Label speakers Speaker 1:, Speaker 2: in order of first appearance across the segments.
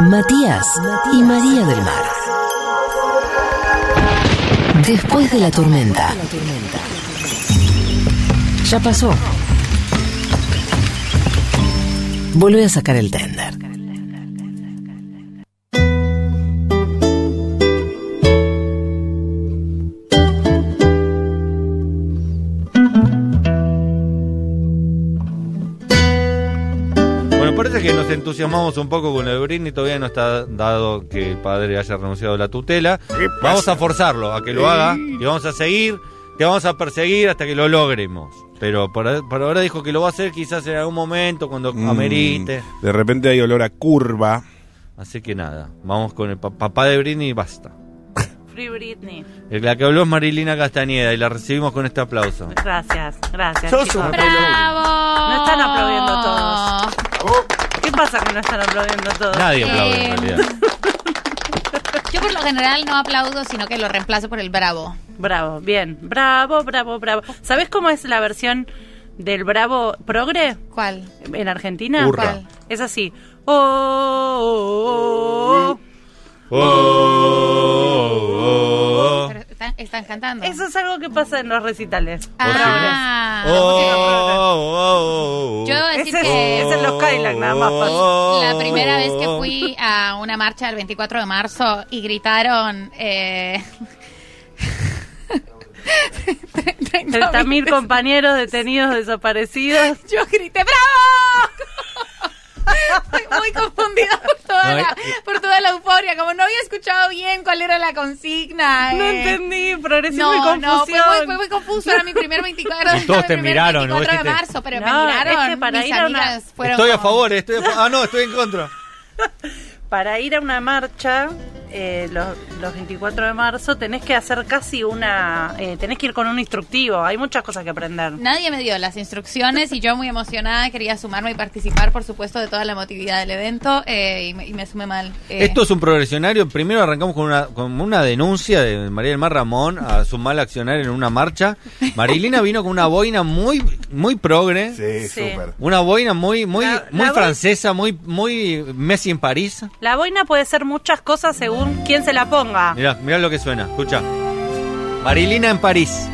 Speaker 1: Matías y María del Mar. Después de la tormenta. Ya pasó. Volvé a sacar el tender.
Speaker 2: Bueno, parece que nos entusiasmamos un poco con el Britney, todavía no está dado que el padre haya renunciado a la tutela. Vamos a forzarlo a que lo haga y vamos a seguir, que vamos a perseguir hasta que lo logremos. Pero por, por ahora dijo que lo va a hacer quizás en algún momento, cuando amerite.
Speaker 3: Mm, De repente hay olor a curva.
Speaker 2: Así que nada, vamos con el pa- papá de Britney y basta.
Speaker 4: Free Britney.
Speaker 2: El- La que habló es Marilina Castañeda y la recibimos con este aplauso.
Speaker 4: Gracias, gracias.
Speaker 2: Sos
Speaker 4: chicos.
Speaker 2: un
Speaker 5: ¡Bravo!
Speaker 4: No están aplaudiendo todos. ¿Qué pasa que no están aplaudiendo todos?
Speaker 2: Nadie aplaude en
Speaker 5: Eh,
Speaker 2: realidad.
Speaker 5: Yo por lo general no aplaudo, sino que lo reemplazo por el bravo.
Speaker 4: Bravo, bien. Bravo, bravo, bravo. ¿Sabés cómo es la versión del bravo progre
Speaker 5: ¿Cuál?
Speaker 4: en Argentina?
Speaker 2: Urra.
Speaker 5: ¿Cuál?
Speaker 4: Es así. Oh, oh, oh, oh, oh.
Speaker 2: Oh, oh, oh.
Speaker 5: Pero están, están cantando.
Speaker 4: Eso es algo que pasa en los recitales.
Speaker 5: Ah,
Speaker 2: Oh, oh, oh, oh.
Speaker 5: yo voy a decir
Speaker 4: Ese es,
Speaker 5: que
Speaker 4: ese es los Cadillac nada más. pasa.
Speaker 5: la primera vez que fui a una marcha el 24 de marzo y gritaron eh, 30.000
Speaker 4: 30.000 compañeros detenidos desaparecidos.
Speaker 5: Yo grité ¡Bravo! Estoy muy confundida por toda,
Speaker 2: No,
Speaker 5: la,
Speaker 2: eh,
Speaker 5: por toda la euforia. Como no había escuchado bien cuál era la consigna.
Speaker 4: No
Speaker 5: eh.
Speaker 4: entendí, progresivo y
Speaker 5: No,
Speaker 4: confusión.
Speaker 5: no, fue muy, fue muy confuso. Era mi primer 24,
Speaker 2: Y todos
Speaker 5: mi
Speaker 2: te
Speaker 5: primer
Speaker 2: miraron, ¿no?
Speaker 5: 24 de
Speaker 2: Dijiste-
Speaker 5: marzo, pero
Speaker 4: No,
Speaker 5: me miraron.
Speaker 4: es que para
Speaker 5: mis
Speaker 4: ir a una-
Speaker 5: amigas fueron
Speaker 2: Estoy a
Speaker 5: como-
Speaker 2: favor, estoy a fa- Ah, no, estoy en contra.
Speaker 4: Para ir a una marcha, eh, los, los 24 de marzo, tenés que hacer casi una... eh, tenés que ir con un instructivo. Hay muchas cosas que aprender.
Speaker 5: Nadie me dio las instrucciones y yo muy emocionada quería sumarme y participar, por supuesto, de toda la emotividad del evento eh, y, me, y me sumé mal. eh.
Speaker 2: Esto es un progresionario. Primero arrancamos con una, con una denuncia de María del Mar Ramón a su mal accionar en una marcha. Marilina vino con una boina muy, muy progre.
Speaker 3: Sí,
Speaker 4: Sí.
Speaker 3: súper.
Speaker 2: Una boina muy, muy,
Speaker 4: La- la
Speaker 2: muy
Speaker 4: boi-
Speaker 2: francesa, muy, muy Messi en París.
Speaker 4: La boina puede ser muchas cosas según quién se la ponga.
Speaker 2: Mirá, mirá lo que suena, escucha. Marilina en París.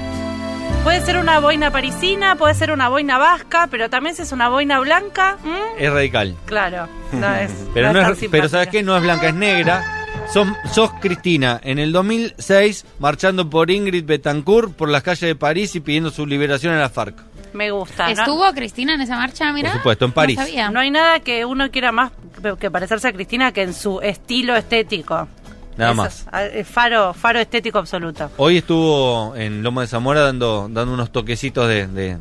Speaker 4: Puede ser una boina parisina, puede ser una boina vasca, pero también si es una boina blanca... ¿m?
Speaker 2: Es radical.
Speaker 4: Claro, no es...
Speaker 2: Pero,
Speaker 4: no
Speaker 2: no
Speaker 4: es
Speaker 2: es-
Speaker 4: tan
Speaker 2: pero ¿sabes
Speaker 4: simpática.
Speaker 2: qué? No es blanca, es negra. Sos, sos Cristina en el 2006 marchando por Ingrid Betancourt por las calles de París y pidiendo su liberación a la FARC.
Speaker 4: Me gusta. ¿no?
Speaker 5: ¿Estuvo Cristina en esa marcha? Mira.
Speaker 2: Por supuesto, en París.
Speaker 5: No sabía.
Speaker 4: No hay nada que uno quiera más que parecerse a Cristina que en su estilo estético.
Speaker 2: Nada
Speaker 4: Eso,
Speaker 2: más.
Speaker 4: a- eh, Faro, faro estético absoluto.
Speaker 2: Hoy estuvo en Loma de Zamora dando, dando unos toquecitos de, de-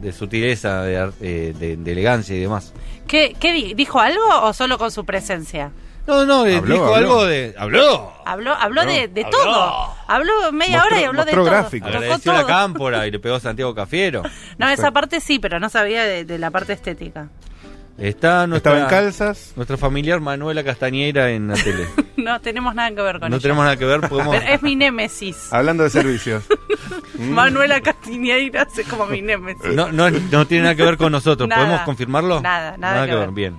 Speaker 2: de sutileza, de, ar- eh, de- de elegancia y demás.
Speaker 4: ¿Qué, qué di- dijo algo o solo con su presencia?
Speaker 2: No, no, eh,
Speaker 3: Habló,
Speaker 2: dijo
Speaker 3: habló.
Speaker 2: algo de... ¡Habló!
Speaker 4: Habló, habló
Speaker 3: Habló.
Speaker 4: de, de todo. Habló media
Speaker 3: Mostró-
Speaker 4: hora y habló de
Speaker 3: mostró
Speaker 4: todo.
Speaker 3: gráficos.
Speaker 4: Tocó
Speaker 2: Agradeció la
Speaker 4: todo.
Speaker 2: cámpora y le pegó a Santiago Cafiero.
Speaker 4: No, esa parte sí, pero no sabía de, de la parte estética.
Speaker 2: Está nuestra,
Speaker 3: Estaba en calzas.
Speaker 2: nuestra familiar Manuela Castañera en la tele.
Speaker 4: No tenemos nada que ver con
Speaker 2: No
Speaker 4: ella.
Speaker 2: tenemos Ah, nada que ver, podemos...
Speaker 4: Pero es mi némesis.
Speaker 3: Hablando de servicios.
Speaker 4: Manuela Castiñeira es como mi némesis.
Speaker 2: No, no, no tiene nada que ver con nosotros.
Speaker 4: Nada.
Speaker 2: ¿Podemos confirmarlo?
Speaker 4: Nada, nada que
Speaker 2: que ver.
Speaker 4: ver.
Speaker 2: Bien.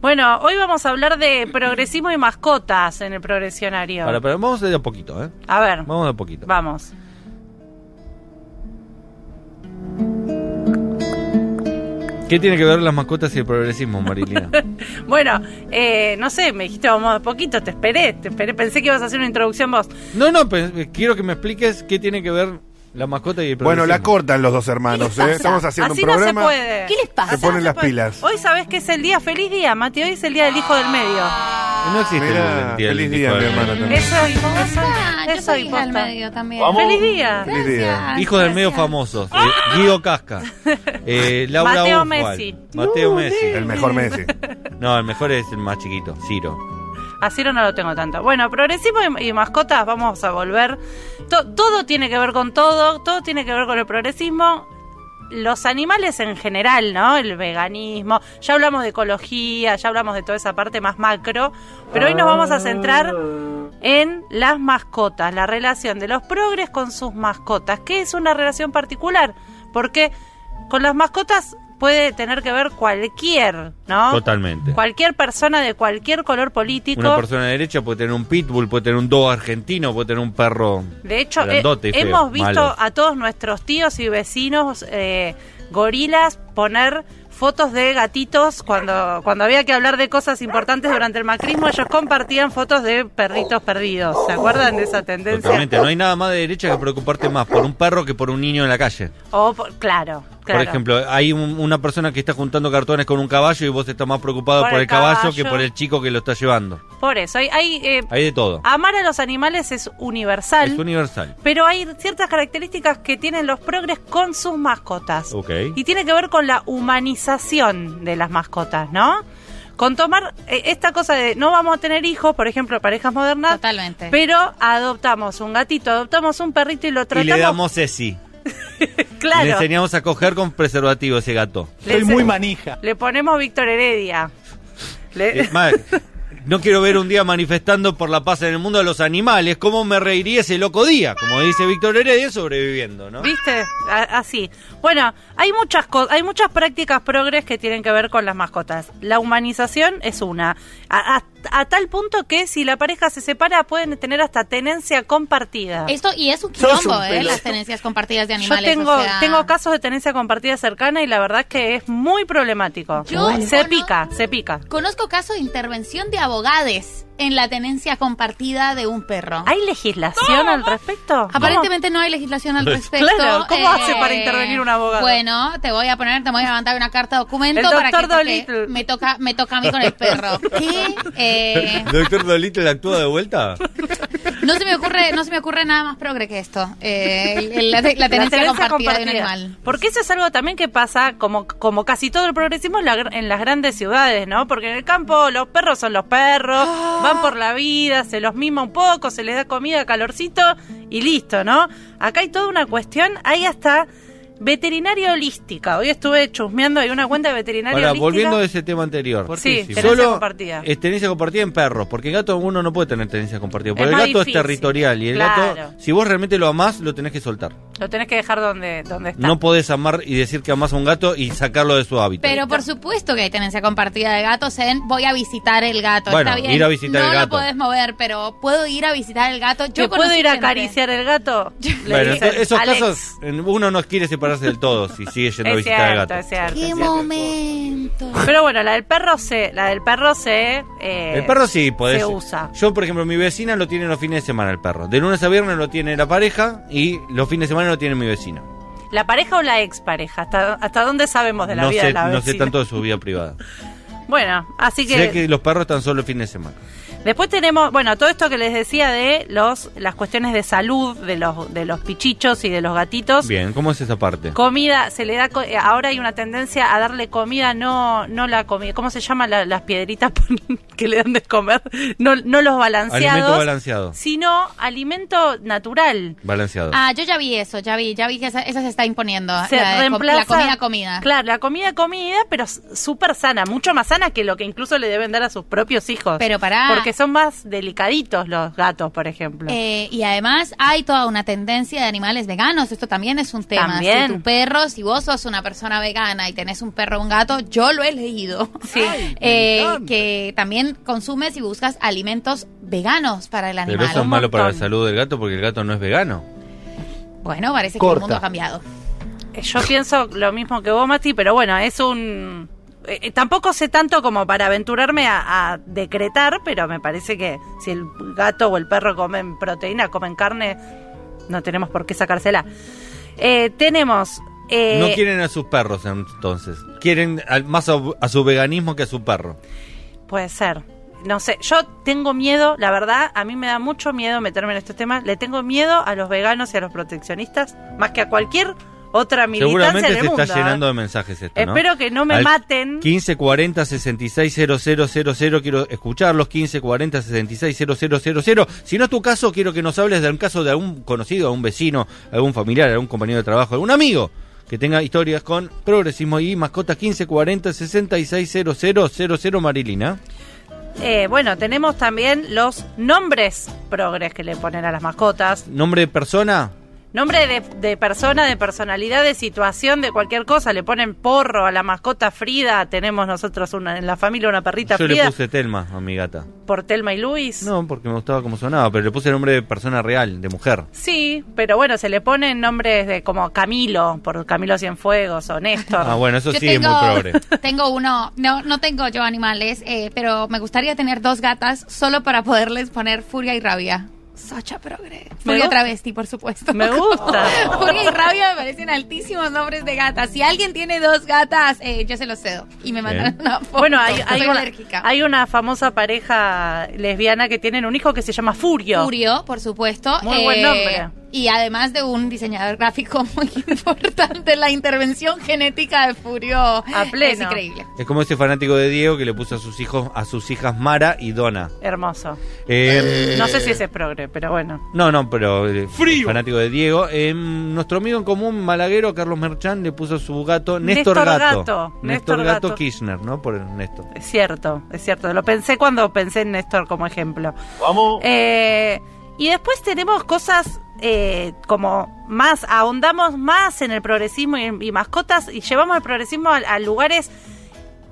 Speaker 4: Bueno, hoy vamos a hablar de progresismo y mascotas en el progresionario.
Speaker 2: Para, para, vamos de a poquito, ¿eh?
Speaker 4: A ver,
Speaker 2: Vamos de a poquito.
Speaker 4: vamos.
Speaker 2: ¿Qué tiene que ver las mascotas y el progresismo, Marilina?
Speaker 4: Bueno, eh, no sé, me dijiste vamos de poquito, te esperé, te esperé, pensé que ibas a hacer una introducción vos.
Speaker 2: No, no, pero, eh, quiero que me expliques qué tiene que ver la mascota y el progresismo.
Speaker 3: Bueno, la cortan los dos hermanos,
Speaker 5: ¿Qué les
Speaker 3: ¿eh?
Speaker 5: pasa?
Speaker 3: Estamos haciendo
Speaker 4: Así
Speaker 3: un
Speaker 4: no se
Speaker 3: programa.
Speaker 4: puede.
Speaker 5: ¿Qué les pasa?
Speaker 3: Se ponen las
Speaker 4: puede.
Speaker 3: pilas.
Speaker 4: Hoy sabés que es el día, feliz día, Mati, hoy es el día del hijo del medio.
Speaker 2: No existe
Speaker 3: Mirá,
Speaker 2: el día del
Speaker 3: feliz día, mi
Speaker 2: hijo del-
Speaker 3: hermana también.
Speaker 4: Eso, eso,
Speaker 5: Ah, yo
Speaker 4: eso
Speaker 5: soy hija
Speaker 4: importa.
Speaker 5: del medio también.
Speaker 4: Feliz día.
Speaker 3: Feliz día.
Speaker 2: Hijos del medio famosos. eh, Guido Casca. eh, Laura
Speaker 4: Mateo
Speaker 2: Ufwald,
Speaker 4: Messi. Uh,
Speaker 2: Mateo Messi.
Speaker 3: El mejor Messi.
Speaker 2: No, el mejor es el más chiquito, Ciro.
Speaker 4: Así no, no lo tengo tanto. Bueno, progresismo y, y mascotas, vamos a volver. To- todo tiene que ver con todo, todo tiene que ver con el progresismo. Los animales en general, ¿no? El veganismo, ya hablamos de ecología, ya hablamos de toda esa parte más macro, pero hoy nos vamos a centrar en las mascotas, la relación de los progres con sus mascotas, que es una relación particular, porque con las mascotas puede tener que ver cualquier, ¿no?
Speaker 2: Totalmente.
Speaker 4: Cualquier persona de cualquier color político.
Speaker 2: Este. Una persona de derecha puede tener un pitbull, puede tener un dogo argentino, puede tener un perro.
Speaker 4: De hecho, eh,
Speaker 2: Grandote y feo,
Speaker 4: hemos visto
Speaker 2: malo.
Speaker 4: a todos nuestros tíos y vecinos eh, gorilas poner fotos de gatitos cuando, cuando había que hablar de cosas importantes durante el macrismo, ellos compartían fotos de perritos perdidos. ¿Se acuerdan de esa tendencia?
Speaker 2: Totalmente. No hay nada más de derecha que preocuparte más por un perro que por un niño en la calle.
Speaker 4: O por- claro, claro.
Speaker 2: Por ejemplo, hay un- una persona que está juntando cartones con un caballo y vos estás más preocupado por, el caballo, que por el chico que lo está llevando.
Speaker 4: Por eso, hay, hay, eh,
Speaker 2: Hay de todo.
Speaker 4: amar a los animales es universal.
Speaker 2: Es universal.
Speaker 4: pero hay ciertas características que tienen los progres con sus mascotas.
Speaker 2: Ok.
Speaker 4: Y tiene que ver con la humanización de las mascotas, ¿no? Con tomar eh, esta cosa de no vamos a tener hijos, por ejemplo, parejas modernas,
Speaker 5: Totalmente.
Speaker 4: pero adoptamos un gatito, adoptamos un perrito y lo
Speaker 2: Y
Speaker 4: tratamos
Speaker 2: le damos Ceci.
Speaker 4: claro.
Speaker 2: Le enseñamos a coger con preservativo ese gato.
Speaker 4: Le
Speaker 6: Soy
Speaker 4: ense-
Speaker 6: muy manija.
Speaker 4: le ponemos Víctor Heredia. Le-
Speaker 2: Es más, Eh, no quiero ver un día manifestando por la paz en el mundo de los animales. ¿Cómo me reiría ese loco día? Como dice Víctor Heredia, sobreviviendo, ¿no?
Speaker 4: ¿Viste? A- Así. Bueno, hay muchas co- hay muchas prácticas progres que tienen que ver con las mascotas. La humanización es una. A, a- a tal punto que si la pareja se separa pueden tener hasta tenencia compartida.
Speaker 5: Esto, y es un
Speaker 6: Sos
Speaker 5: quilombo,
Speaker 6: un
Speaker 5: ¿eh?
Speaker 6: pelotudo.
Speaker 5: Las tenencias compartidas de
Speaker 4: Yo
Speaker 5: animales.
Speaker 4: tengo,
Speaker 5: o sea-
Speaker 4: tengo casos de tenencia compartida cercana y la verdad que es muy problemático.
Speaker 5: Yo
Speaker 4: se
Speaker 5: cono-
Speaker 4: pica, se pica.
Speaker 5: Conozco casos de intervención de abogades en la tenencia compartida de un perro.
Speaker 4: ¿Hay legislación al respecto?
Speaker 5: Aparentemente no hay legislación al
Speaker 2: Claro,
Speaker 5: respecto. Eh,
Speaker 4: ¿cómo hace para intervenir un abogado?
Speaker 5: Bueno, te voy a poner, te voy a levantar una carta documento
Speaker 4: El
Speaker 5: para que
Speaker 4: doctor
Speaker 5: toque-
Speaker 4: Dolittle.
Speaker 5: me toca, me toca a mí con el perro. ¿Qué? Eh,
Speaker 2: ¿Doctor Dolittle actúa de vuelta?
Speaker 5: no se me ocurre, no se me ocurre nada más progre que esto. Eh, el- el- la, te- la tenencia compartida, de un
Speaker 4: compartida.
Speaker 5: animal.
Speaker 4: Porque eso es algo también que pasa, como, como casi todo el progresismo, en, la gr- en las grandes ciudades, ¿no? Porque en el campo los perros son los perros,
Speaker 5: Ah.
Speaker 4: van por la vida, se los mima un poco, se les da comida, calorcito y listo, ¿no? Acá hay toda una cuestión, hay hasta veterinaria holística. Hoy estuve chusmeando, hay una cuenta de veterinaria
Speaker 2: Ahora,
Speaker 4: holística.
Speaker 2: volviendo de ese tema anterior.
Speaker 4: Sí,
Speaker 6: Fortísimo.
Speaker 4: tenencia compartida.
Speaker 2: es tenencia compartida en perros, porque el gato uno no puede tener tenencia compartida. Porque
Speaker 4: Es
Speaker 2: el
Speaker 4: más
Speaker 2: gato
Speaker 4: difícil.
Speaker 2: es territorial y el
Speaker 4: Claro.
Speaker 2: gato, si vos realmente lo amás, lo tenés que soltar.
Speaker 4: Lo tenés que dejar donde, donde está.
Speaker 2: No podés amar y decir que amás a un gato y sacarlo de su hábitat.
Speaker 5: Pero por supuesto que hay tenencia compartida de gatos en voy a visitar el gato.
Speaker 2: Bueno,
Speaker 5: Está bien.
Speaker 2: ir a visitar
Speaker 5: no
Speaker 2: el gato.
Speaker 5: lo puedes mover, pero puedo ir a visitar el gato. Yo
Speaker 4: ¿Yo puedo
Speaker 5: conocí
Speaker 4: ir a
Speaker 5: gente-
Speaker 4: acariciar el gato? Le
Speaker 2: Bueno,
Speaker 4: dicen,
Speaker 2: en esos
Speaker 4: Alex.
Speaker 2: casos, en- uno no quiere separarse del todo si sigue yendo a
Speaker 4: Es
Speaker 2: visitar al
Speaker 4: cierto,
Speaker 2: gato.
Speaker 4: es cierto.
Speaker 5: ¡Qué
Speaker 4: es cierto.
Speaker 5: momento!
Speaker 4: Pero bueno, la del perro se, la del perro se, eh,
Speaker 2: El perro sí podés.
Speaker 4: se usa.
Speaker 2: Yo, por ejemplo, mi vecina lo tiene los fines de semana el perro. De lunes a viernes lo tiene la pareja y los fines de semana lo tiene mi vecina.
Speaker 4: ¿La pareja o la expareja? ¿Hasta, hasta dónde sabemos de la
Speaker 2: No
Speaker 4: vida
Speaker 2: sé,
Speaker 4: de la
Speaker 2: no
Speaker 4: vecina?
Speaker 2: sé tanto de su vida privada.
Speaker 4: Bueno, así que,
Speaker 2: Sé que los perros están solo el fin de semana.
Speaker 4: después tenemos, bueno, todo esto que les decía de los las cuestiones de salud de los de los pichichos y de los gatitos.
Speaker 2: Bien, ¿cómo es esa parte?
Speaker 4: Comida, se le da co- eh, ahora hay una tendencia a darle comida, no no la comida, ¿cómo se llama la- las piedritas que le dan de comer? No no los
Speaker 2: Alimento
Speaker 4: balanceados,
Speaker 2: balanceado.
Speaker 4: sino alimento natural.
Speaker 2: Balanceado.
Speaker 5: Ah, yo ya vi eso, ya vi, ya vi que esa, esa se está imponiendo.
Speaker 4: se
Speaker 5: Ah, la, de com-
Speaker 4: reemplaza
Speaker 5: la comida, comida.
Speaker 4: Claro, la comida comida, pero s- súper sana, mucho más sana que lo que incluso le deben dar a sus propios hijos.
Speaker 5: Pero pará.
Speaker 4: porque son más delicaditos los gatos, por ejemplo.
Speaker 5: Eh, y además hay toda una tendencia de animales veganos. Esto también es un tema.
Speaker 4: También.
Speaker 5: Si tu perro, si vos sos una persona vegana y tenés un perro o un gato, yo lo he leído.
Speaker 4: Sí. Ay,
Speaker 5: Eh, que también consumes y buscas alimentos veganos para el
Speaker 2: Pero
Speaker 5: animal.
Speaker 2: eso es
Speaker 4: Un
Speaker 2: malo para la
Speaker 4: montón.
Speaker 2: salud del gato porque el gato no es vegano.
Speaker 5: Bueno, parece que el
Speaker 6: Corta.
Speaker 5: mundo ha cambiado.
Speaker 4: eh, Yo pienso lo mismo que vos, Mati, pero bueno, es un eh, eh, tampoco sé tanto como para aventurarme a, a decretar, pero me parece que si el gato o el perro comen proteína, comen carne, no tenemos por qué sacársela. Eh, tenemos eh,
Speaker 2: no quieren a sus perros entonces. Quieren al- más a, a su veganismo que a su perro.
Speaker 4: Puede ser. No sé, yo tengo miedo, la verdad, a mí me da mucho miedo meterme en estos temas. Le tengo miedo a los veganos y a los proteccionistas, más que a cualquier otra militancia
Speaker 2: Seguramente
Speaker 4: en el
Speaker 2: se
Speaker 4: mundo.
Speaker 2: está llenando
Speaker 4: ¿eh?
Speaker 2: de mensajes esto, ¿no?
Speaker 4: Espero que no me
Speaker 2: Al
Speaker 4: maten.
Speaker 2: 1540 660000 quiero escucharlos 1540 660000. Si no es tu caso, quiero que nos hables de un caso de algún conocido, algún vecino, algún familiar, algún compañero de trabajo, algún amigo que tenga historias con progresismo y mascotas 1540 660000 Marilina.
Speaker 4: Eh, bueno, tenemos también los nombres progres que le ponen a las mascotas.
Speaker 2: Nombre de persona,
Speaker 4: Nombre de, de persona, de personalidad, de situación, de cualquier cosa. Le ponen porro a la mascota Frida. Tenemos nosotros una, en la familia una perrita
Speaker 2: Yo le
Speaker 4: Frida
Speaker 2: puse Telma a mi gata.
Speaker 4: por Telma y Luis.
Speaker 2: No, porque me gustaba cómo sonaba, pero le puse el nombre de persona real, de mujer.
Speaker 4: Sí, pero bueno, se le ponen nombres de como Camilo, por Camilo Cienfuegos o Néstor.
Speaker 2: Ah, bueno, eso
Speaker 5: Yo
Speaker 2: sí es muy progre.
Speaker 5: tengo uno, no, no tengo yo animales, eh, pero me gustaría tener dos gatas solo para poderles poner furia y rabia. Socha progre.
Speaker 4: Me
Speaker 5: Furia
Speaker 4: gusta.
Speaker 5: travesti, por supuesto.
Speaker 4: Me gusta.
Speaker 5: furia y rabia me parecen altísimos nombres de gatas. Si alguien tiene dos gatas, eh, yo se los cedo. Y me mandan
Speaker 2: Bien.
Speaker 5: una foto.
Speaker 4: Bueno, hay, hay
Speaker 5: Soy
Speaker 4: una,
Speaker 5: alérgica.
Speaker 4: hay una famosa pareja lesbiana que tienen un hijo que se llama Furio.
Speaker 5: Furio, por supuesto. eh,
Speaker 4: Muy buen nombre.
Speaker 5: Y además de un diseñador gráfico muy importante, la intervención genética de Furio es
Speaker 4: pleno.
Speaker 5: increíble.
Speaker 2: Es como ese fanático de Diego que le puso a sus hijos, a sus hijas Mara y Donna.
Speaker 4: Hermoso.
Speaker 2: Eh,
Speaker 4: No sé si ese es progre, pero bueno.
Speaker 2: no, no, pero eh, fanático de Diego. Eh, nuestro amigo en común, malaguero, Carlos Merchán, le puso a su gato Néstor,
Speaker 4: Néstor
Speaker 2: Gato.
Speaker 4: Gato.
Speaker 2: Néstor,
Speaker 4: Néstor
Speaker 2: Gato,
Speaker 4: Gato.
Speaker 2: Kirchner, ¿no? Por el Néstor.
Speaker 4: Es cierto, es cierto. Lo pensé cuando pensé en Néstor como ejemplo.
Speaker 6: Vamos.
Speaker 4: Eh, y después tenemos cosas eh, como más, ahondamos más en el progresismo y, en- y mascotas y llevamos el progresismo a, a lugares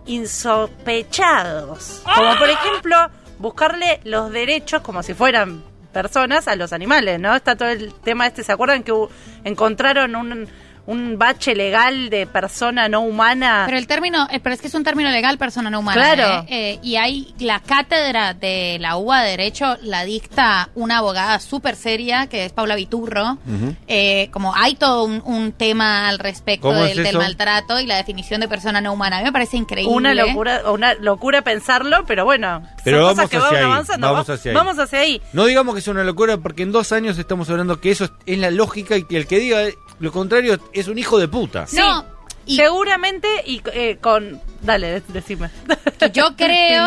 Speaker 4: insospechados. Como por ejemplo, buscarle los derechos como si fueran personas a los animales, ¿no? Está todo el tema este, ¿se acuerdan que hu- encontraron un, un bache legal de persona no
Speaker 2: Ah.
Speaker 4: humana?
Speaker 5: Pero el término, eh, pero es que es un término legal, persona no humana.
Speaker 4: Claro.
Speaker 5: ¿eh? Eh, y hay la cátedra de la UBA de Derecho, la dicta una abogada súper seria, que es Paula Viturro. Eh, como hay todo un, un tema al respecto
Speaker 2: ¿Cómo
Speaker 5: del,
Speaker 2: es
Speaker 5: del
Speaker 2: eso?
Speaker 5: maltrato y la definición de persona no humana. A mí me parece increíble. ¿eh?
Speaker 4: una locura, una locura pensarlo, pero bueno,
Speaker 2: Pero
Speaker 4: son
Speaker 2: vamos
Speaker 4: cosas que
Speaker 2: hacia
Speaker 4: van
Speaker 2: ahí,
Speaker 4: avanzando.
Speaker 2: vamos
Speaker 4: Va-
Speaker 2: hacia ahí.
Speaker 4: Vamos hacia ahí.
Speaker 2: No digamos que es una locura porque en dos años estamos hablando que eso es, es la lógica y que el que diga eh, lo contrario es un hijo de puta.
Speaker 5: No, y-
Speaker 4: Seguramente y eh, con... Dale, de- decime.
Speaker 5: que yo creo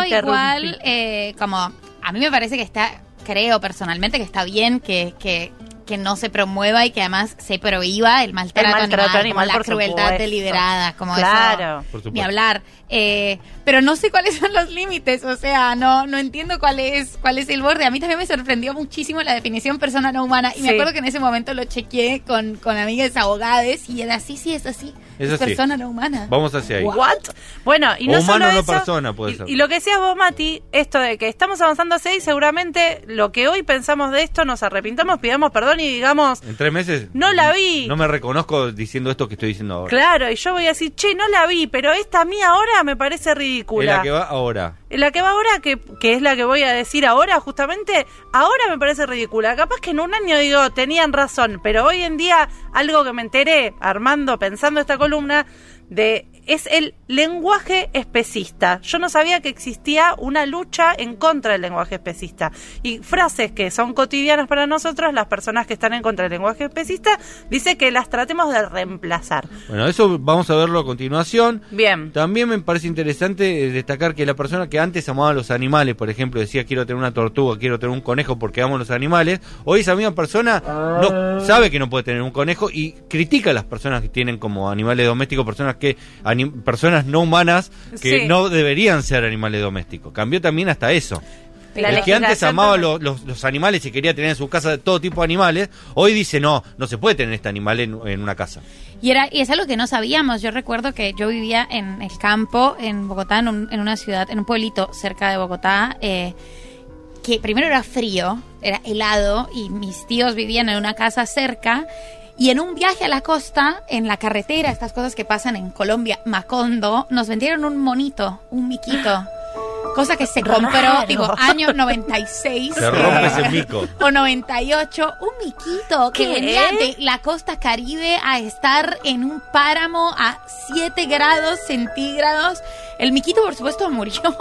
Speaker 4: Te interrumpí.
Speaker 5: igual, eh, como a mí me parece que está, creo personalmente que está bien que, que, que no se promueva y que además se prohíba el maltrato,
Speaker 4: El maltrato
Speaker 5: como
Speaker 4: animal,
Speaker 5: la
Speaker 4: por
Speaker 5: crueldad
Speaker 4: supuesto.
Speaker 5: deliberada, como
Speaker 4: Claro.
Speaker 5: eso,
Speaker 2: Por supuesto.
Speaker 5: ni hablar. Eh, pero no sé cuáles son los límites, o sea, no no entiendo cuál es cuál es el borde. A mí también me sorprendió muchísimo la definición persona no humana y me
Speaker 4: Sí.
Speaker 5: acuerdo que en ese momento lo chequeé con, con amigas abogadas y era así, sí, es así,
Speaker 2: Es
Speaker 5: es,
Speaker 2: así.
Speaker 5: persona no humana.
Speaker 2: Vamos hacia ahí.
Speaker 4: What? Bueno, y no
Speaker 2: O humano,
Speaker 4: solo
Speaker 2: no
Speaker 4: eso,
Speaker 2: persona, puede
Speaker 4: y,
Speaker 2: ser.
Speaker 4: y lo que decías vos, Mati, esto de que estamos avanzando hacia ahí, seguramente lo que hoy pensamos de esto, nos arrepintamos, pidamos perdón y digamos,
Speaker 2: En tres meses.
Speaker 4: No la vi.
Speaker 2: No me reconozco diciendo esto que estoy diciendo ahora.
Speaker 4: claro, y yo voy a decir, che, no la vi, pero esta a mí ahora me parece
Speaker 2: Es
Speaker 4: ridícula.
Speaker 2: la que va ahora.
Speaker 4: La que va ahora, que, que es la que voy a decir ahora, justamente, ahora me parece ridícula. Capaz que en un año digo, tenían razón, pero hoy en día algo que me enteré armando, pensando esta columna, de es el lenguaje especista. Yo no sabía que existía una lucha en contra del lenguaje especista. Y frases que son cotidianas para nosotros, las personas que están en contra del lenguaje especista, dice que las tratemos de reemplazar.
Speaker 2: Bueno, eso vamos a verlo a continuación.
Speaker 4: Bien.
Speaker 2: También me parece interesante eh, destacar que la persona que antes amaba a los animales, por ejemplo, decía quiero tener una tortuga, quiero tener un conejo porque amo los animales, hoy esa misma persona no sabe que no puede tener un conejo y critica a las personas que tienen como animales domésticos, personas que ani- personas no humanas que
Speaker 4: Sí.
Speaker 2: no deberían ser animales domésticos. Cambió también hasta eso.
Speaker 4: La
Speaker 2: el que antes
Speaker 4: legislación
Speaker 2: amaba
Speaker 4: también.
Speaker 2: lo- los, los animales y quería tener en su casa todo tipo de animales, hoy dice no, no se puede tener este animal en, en una casa.
Speaker 5: Y, era, y es algo que no sabíamos. Yo recuerdo que yo vivía en el campo, en Bogotá, en, un- en una ciudad, en un pueblito cerca de Bogotá, eh, que primero era frío, era helado, y mis tíos vivían en una casa cerca. Y en un viaje a la costa, en la carretera, estas cosas que pasan en Colombia, Macondo, nos vendieron un monito, un miquito. Cosa que se compró,
Speaker 4: Raro.
Speaker 5: digo, año 96.
Speaker 2: Se rompe ese mico.
Speaker 5: o 98, un miquito que
Speaker 4: ¿Qué?
Speaker 5: venía de la costa caribe a estar en un páramo a 7 grados centígrados. El miquito, por supuesto, murió.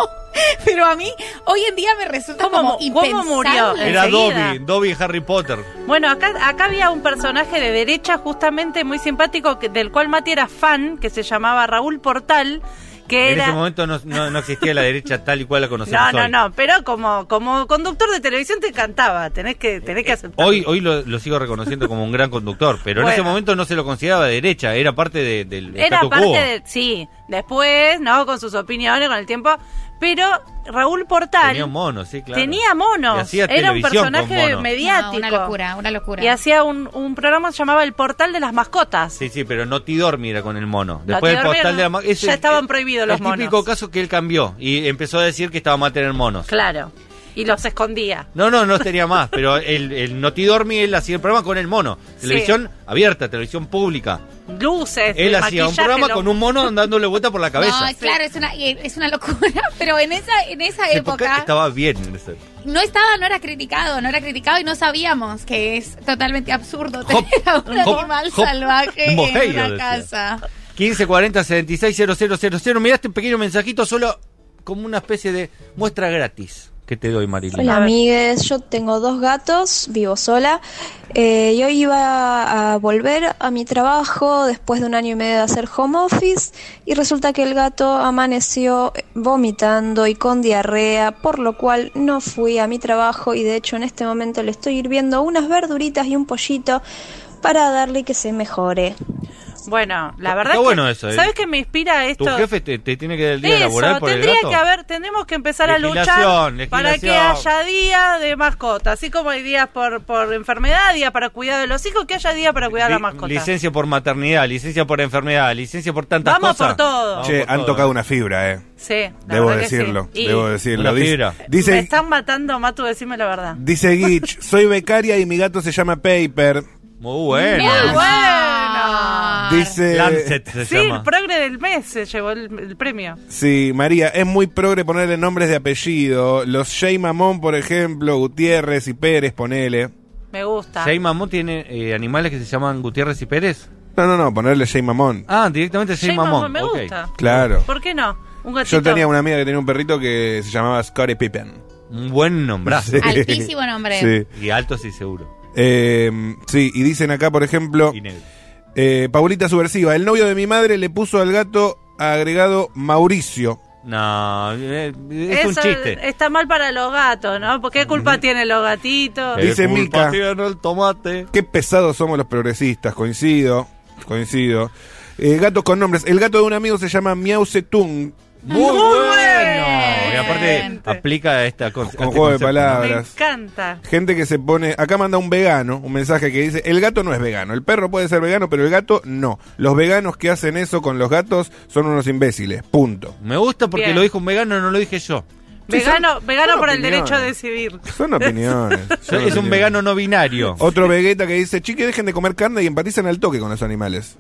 Speaker 5: Pero a mí, hoy en día me resulta
Speaker 4: ¿Cómo
Speaker 5: como
Speaker 4: mu- cómo
Speaker 5: impensable.
Speaker 4: murió?
Speaker 2: Era
Speaker 4: Enseguida.
Speaker 2: Dobby, Dobby y Harry Potter.
Speaker 4: Bueno, acá, acá había un personaje de derecha justamente muy simpático, que- del cual Mati era fan, que se llamaba Raúl Portal, que
Speaker 2: En ese
Speaker 4: era...
Speaker 2: momento no, no- no existía la derecha tal y cual la
Speaker 4: No,
Speaker 2: conocemos
Speaker 4: no,
Speaker 2: hoy.
Speaker 4: no, pero como, como conductor de televisión te cantaba, tenés que, tenés que aceptar.
Speaker 2: Eh, Hoy, hoy lo, lo sigo reconociendo como un gran conductor, pero en ese
Speaker 4: Bueno.
Speaker 2: momento no se lo consideraba de derecha, era parte de- del
Speaker 4: era
Speaker 2: statu quo.
Speaker 4: parte de... Sí, después, ¿no? Con sus opiniones, con el tiempo. Pero Raúl Portal
Speaker 2: Tenía un mono, sí, claro.
Speaker 4: tenía monos.
Speaker 2: Y hacía
Speaker 4: Era un
Speaker 2: televisión con
Speaker 4: personaje
Speaker 2: monos.
Speaker 5: No,
Speaker 4: mediático.
Speaker 5: una locura, una locura.
Speaker 4: Y hacía un, un programa que se llamaba El Portal de las Mascotas.
Speaker 2: Sí, sí, pero Naughty Dorm era con el mono.
Speaker 4: Naughty
Speaker 2: Después el
Speaker 4: Dorm
Speaker 2: postal
Speaker 4: era-
Speaker 2: de la ma- ese-
Speaker 4: ya estaban prohibidos los
Speaker 2: El típico
Speaker 4: monos.
Speaker 2: caso que él cambió y empezó a decir que estaba mal tener monos.
Speaker 4: Claro. Y los escondía.
Speaker 2: No, no, no tenía más, pero el, el Naughty Dormi, él hacía el programa con el mono. Televisión abierta, televisión pública.
Speaker 4: Luces.
Speaker 2: Él hacía un
Speaker 4: maquillaje,
Speaker 2: programa
Speaker 4: lo-
Speaker 2: con un mono dándole vuelta por la cabeza.
Speaker 5: No, claro, es una, eh, es una locura, pero en esa, en esa
Speaker 2: Esa
Speaker 5: época
Speaker 2: estaba bien. en ese-
Speaker 5: no estaba, no era criticado, no era criticado y no sabíamos que es totalmente absurdo
Speaker 2: Hop,
Speaker 5: tener a un
Speaker 2: hop,
Speaker 5: animal
Speaker 2: hop.
Speaker 5: salvaje en
Speaker 2: Mojeiro, decía.
Speaker 5: una casa.
Speaker 2: 1540 76 000. Mirá este pequeño mensajito solo como una especie de muestra gratis que te doy, Marilyn.
Speaker 6: Hola
Speaker 4: ver.
Speaker 6: amigues, yo tengo dos gatos, vivo sola. Eh, yo iba a volver a mi trabajo después de un año y medio de hacer home office y resulta que el gato amaneció vomitando y con diarrea, por lo cual no fui a mi trabajo y de hecho en este momento le estoy hirviendo unas verduritas y un pollito para darle que se mejore.
Speaker 4: Bueno, la
Speaker 2: Está
Speaker 4: verdad. que-
Speaker 2: bueno eso, eh.
Speaker 4: ¿Sabes qué me inspira esto?
Speaker 2: Tu jefe te, te tiene que dar el día
Speaker 4: Eso,
Speaker 2: laboral por el
Speaker 4: tendría
Speaker 2: gato.
Speaker 4: que haber, tendremos que empezar a luchar
Speaker 2: Legislación,
Speaker 4: para que
Speaker 2: legislación.
Speaker 4: haya día de mascota, así como hay días por, por enfermedad, día para cuidado de los hijos, que haya día para cuidar a la
Speaker 2: Li-
Speaker 4: mascota.
Speaker 2: Licencia por maternidad, licencia por enfermedad, licencia por tantas
Speaker 4: Vamos
Speaker 2: cosas.
Speaker 4: por todo.
Speaker 2: Vamos
Speaker 3: Che,
Speaker 2: por
Speaker 3: han
Speaker 2: todo.
Speaker 3: tocado una fibra, eh.
Speaker 4: Sí, la
Speaker 3: Debo
Speaker 4: verdad que sí.
Speaker 3: decirlo,
Speaker 4: Y
Speaker 3: debo decirlo.
Speaker 2: Una
Speaker 3: Dice-
Speaker 2: fibra.
Speaker 4: Me
Speaker 3: Dice,
Speaker 4: están matando, Matu, decime la verdad.
Speaker 3: dice Gitch, soy becaria y mi gato se llama Paper.
Speaker 2: Muy bueno.
Speaker 3: Eh,
Speaker 5: Mira,
Speaker 4: bueno.
Speaker 3: Dice...
Speaker 2: Lancet se
Speaker 4: Sí,
Speaker 2: llama.
Speaker 4: el progre del mes se llevó el, el premio.
Speaker 3: Sí, María, es muy progre ponerle nombres de apellido. Los Shey Mamón, por ejemplo, Gutiérrez y Pérez, ponele.
Speaker 4: Me gusta.
Speaker 2: Jay Mamón tiene eh, animales que se llaman Gutiérrez y Pérez.
Speaker 3: No, no, no, ponerle Shey Mamón.
Speaker 2: Ah, directamente Jay
Speaker 4: Jay
Speaker 2: Mamón.
Speaker 4: Mamón, me
Speaker 2: ok.
Speaker 4: gusta.
Speaker 3: Claro.
Speaker 4: ¿Por qué no? Un gatito.
Speaker 3: Yo tenía una amiga que tenía un perrito que se llamaba Scotty Pippen.
Speaker 2: Un buen nombrazo.
Speaker 3: Sí.
Speaker 5: Altísimo nombre.
Speaker 3: Sí.
Speaker 2: Y alto sí seguro.
Speaker 3: Eh, sí, y dicen acá, por ejemplo,
Speaker 2: Y negro.
Speaker 3: eh, Paulita Subversiva, el novio de mi madre le puso al gato agregado Mauricio.
Speaker 2: No, eh, es un
Speaker 4: Eso
Speaker 2: chiste.
Speaker 4: Está mal para los gatos, ¿no? Porque qué culpa tienen los gatitos.
Speaker 3: Sí. Dice
Speaker 2: Qué culpa
Speaker 3: Mica.
Speaker 2: tiene el tomate.
Speaker 3: Qué pesados somos los progresistas, coincido, coincido. Eh, gatos con nombres. El gato de un amigo se llama Miau Setung,
Speaker 2: Muy, bueno. Y aparte
Speaker 4: Excelente.
Speaker 2: aplica esta con, este
Speaker 3: con juego de
Speaker 4: Me
Speaker 3: palabras.
Speaker 4: encanta.
Speaker 3: Gente que se pone. Acá manda un vegano, un mensaje que dice: El gato no es vegano. El perro puede ser vegano, pero el gato no. Los veganos que hacen eso con los gatos son unos imbéciles. Punto.
Speaker 2: Me gusta porque
Speaker 4: Bien.
Speaker 2: lo dijo un vegano, no lo dije yo.
Speaker 3: Sí,
Speaker 4: Vegano,
Speaker 3: son-
Speaker 4: vegano
Speaker 3: son
Speaker 4: por el
Speaker 3: opiniones.
Speaker 4: derecho a decidir.
Speaker 3: Son opiniones. son
Speaker 2: es un
Speaker 3: opiniones.
Speaker 2: vegano no binario.
Speaker 3: Otro vegeta que dice: Chique, dejen de comer carne y empatizan al toque con los animales.